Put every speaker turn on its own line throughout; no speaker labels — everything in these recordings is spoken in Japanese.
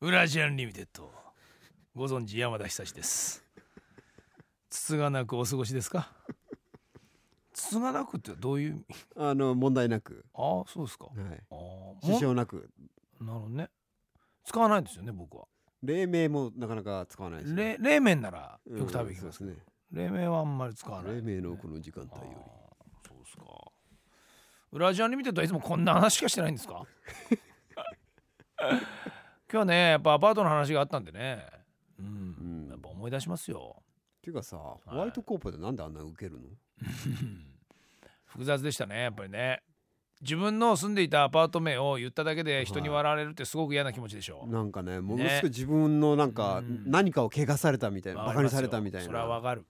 ウラジアンリミテッドご存知山田久志ですつつがなくお過ごしですかつつがなくってどういう意味
あの問題なく、
ああそうですかあ
はい、
あも
支障なく
なるほどね使わないんですよね僕は
黎明もなかなか使わないですね
れ冷麺なら
うん
よく食べに行きます
そうですね
冷麺はあんまり使わない
黎明のこの時間帯よ
あーそうですかウラジアンリミテッドはいつもこんな話しかしてないんです か今日はねやっぱアパートの話があったんでねうん、
うん
やっぱ思い出しますよ
りっていうかさホワイトコーポでなんであんな受けるの、
複雑でしたねやっぱりね自分の住んでいたアパート名を言っただけで人に笑われるってすごく嫌な気持ちでしょう、
なんかねものすごい自分のなんか、
うん
何かを怪我されたみたいな
わ
バ
か
カ
りま
に
すよ
されたみたい
それはわ
な
かる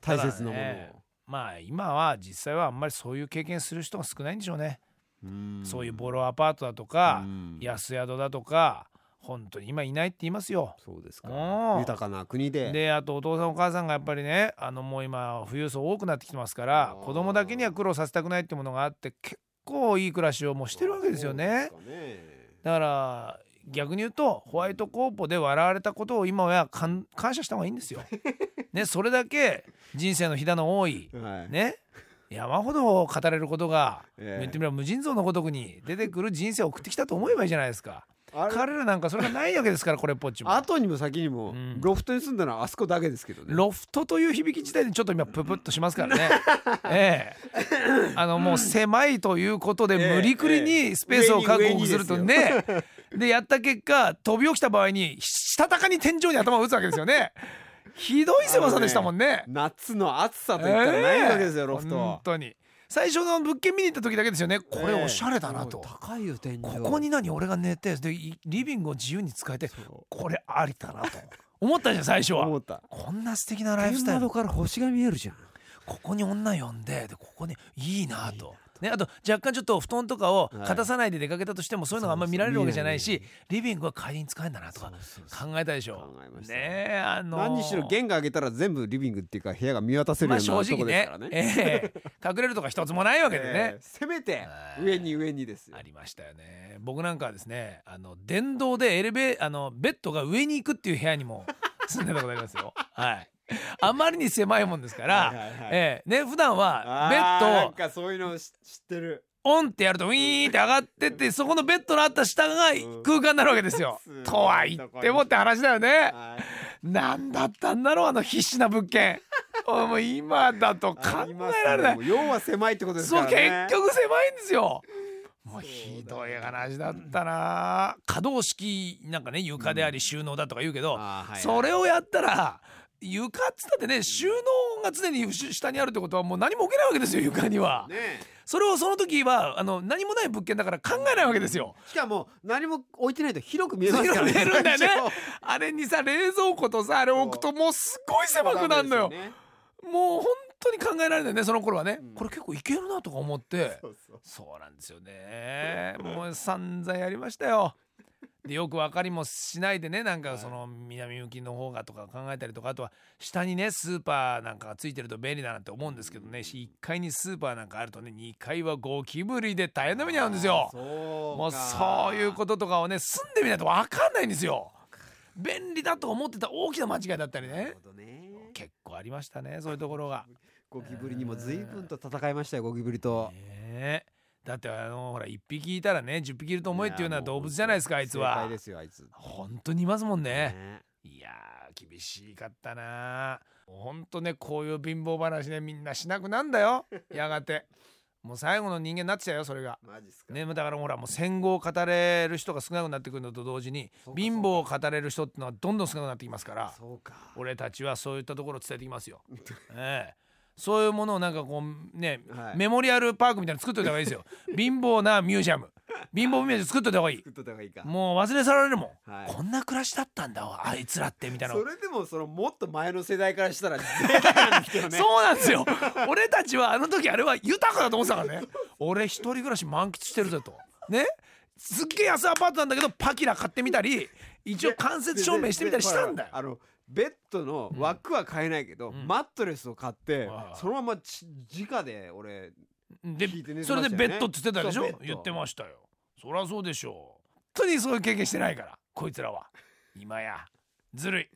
大切なもの
ただ
を、
ねまあ今は実際はあんまりそういう経験する人が少ないんでしょうね、
うん
そういうボロアパートだとか、
うん
安宿だとか本当に今いないって言いますよ。
そうですか
うん
豊かな国で
であとお父さんお母さんがやっぱりねあのもう今富裕層多くなってきてますから
あー
子供だけには苦労させたくないってものがあって結構いい暮らしをもうしてるわけですよね
そうですかね
だから逆に言うとホワイトコーポで笑われたことを今は感感謝した方がいいん ですよ。ねそれだけ人生の火の多い
はい、
ね山ほど語れることが、
ええ
言ってみれば無尽蔵のごとくに出てくる人生を送ってきたと思えばいいじゃないですか
あれ
彼らなんかそれがないわけですからこれっぽっちも
後にも先にも、
うん
ロフトに住んだのはあそこだけですけどね
ロフトという響き自体でちょっと今ププッとしますから ねええあのもう狭いということで
ええ
無理くりにスペースを確保するとね でやった結果飛び起きた場合にしたたかに天井に頭を打つわけですよねひどい狭さでしたもんね
夏の暑さといったらないわけですよ、
ええ
ロフト
本
は
当に最初の物件見に行った時だけですよねこれおしゃれだなと、
ええ高いよ天井
ここに何俺が寝てでいリビングを自由に使えて
そう
これありだなと思ったじゃん最初
思
は
った
こんな素敵なライフス
天
タイル
窓から星が見えるじゃん
ここに女呼んででここにいいなと。ね、あと若干ちょっと布団とかを
はい
片さないで出かけたとしてもそういうのがあんまり見られるわけじゃない
そう
しリビングは帰りに使えんだなとか考えたでしょ
考えました
ねえあのー
何にしろ玄関開けたら全部リビングっていうか部屋が見渡せる
ま
よ
あ
うな
正
と
直
こです
ね
からね,ええ、
ええ 隠れるとか一つもないわけでね、
せめて
はい
上に上にですよ
ありましたよね僕なんかはですねあの電動でエレベあのベッドが上に行くっていう部屋にも 住んでたことありますよはいあまりに狭いもんですから、
はいはいはい
ええね普段は
あ
ベ
ー
ッド
な
を
んかそういうのし知ってる
オンってやるとウィーンって上がってってそこのベッドのあった下が
うん
空間になるわけですよ
すごい。
とは言ってもって話だよね。
はい
なんだったんだろうあの必死な物 件。おいもう今だと考
あ
え
りますね
られない
も。う要は狭いってことです
そ
か
う
ら
結
ね
局狭いんですよ。もうひどい話だったな。可動式なんかね床であり収納だとか言うけど、
あーはいはい
それをやったら床っつったってね収納が常に下にあるってことはもう何も置けないわけですよ床には。
ね
それをその時はあの何もない物件だから考えないわけですよ。
しかも何も置いてないと広く見えますからね
広く見えるんだ よね
最初
あれにさ冷蔵庫とさあれ置くともうすっごい狭くなるのよ。もう本当に考えられないねその頃はね、
うん
これ結構いけるなとか思って
そうそう
そうなんですよねもう散々やりましたよ。でよく分かりもしないでねなんかその南向きの方がとか考えたりとかあとは下にねスーパーなんかがついてると便利だなって思うんですけどね1階にスーパーなんかあるとね2階はゴキブリで大変な目に遭うんですよ。も
も
うそういうこととかをね住んでみないと分かんないんですよ。便利だと思ってた大きな間違いだったり
なる
ね
ほどね
結構ありましたねそういうところが。
ゴキブリにも随分と戦いましたよゴキブリと
ねえだってあのほら1匹いたらね10匹いると思えっていうような動物じゃないですかあいつ
正
は
解。ですよあいつ
本当にいますもんね。
ね
いやー厳しかったな本当ねこういう貧乏話ねみんなしなくなんだよやがて。もう最後の人間になってきたよそれが。
マジっすか
ね、だからほらもう戦後を語れる人が少なくなってくるのと同時に
そうか
貧乏を語れる人ってのはどんどん少なくなってきますから
そうか
俺たちはそういったところを伝えていき ますよ。ええそういうものをなんかこうね、
はい
メモリアルパークみたいなの作っといた方がいいですよ。貧乏なミュージアム貧乏ミュージアム作っといた方がいい
作。っといた方がいいか
もう忘れ去られるもん、
はい
こんな暮らしだったんだわあいつらってみたいな。
それでもそのもっと前の世代からしたら贅沢なんですけどね
そうなんですよ俺たちはあの時あれは豊かだと思ってたからね俺一人暮らし満喫してるぜとねすっげえ安アパートなんだけどパキラ買ってみたり一応間接照明してみたりしたんだよ
でででほらあのベッドの枠は買えないけど、
ん
マットレスを買って、
うん
そのままち直で俺
で、
聞いて寝てました
そ
よね
れでベッドって言ってたでし
そう
ょ
ベッド
言ってましたよそりゃそうでしょう本当にそういう経験してないからこいつらは今やずるい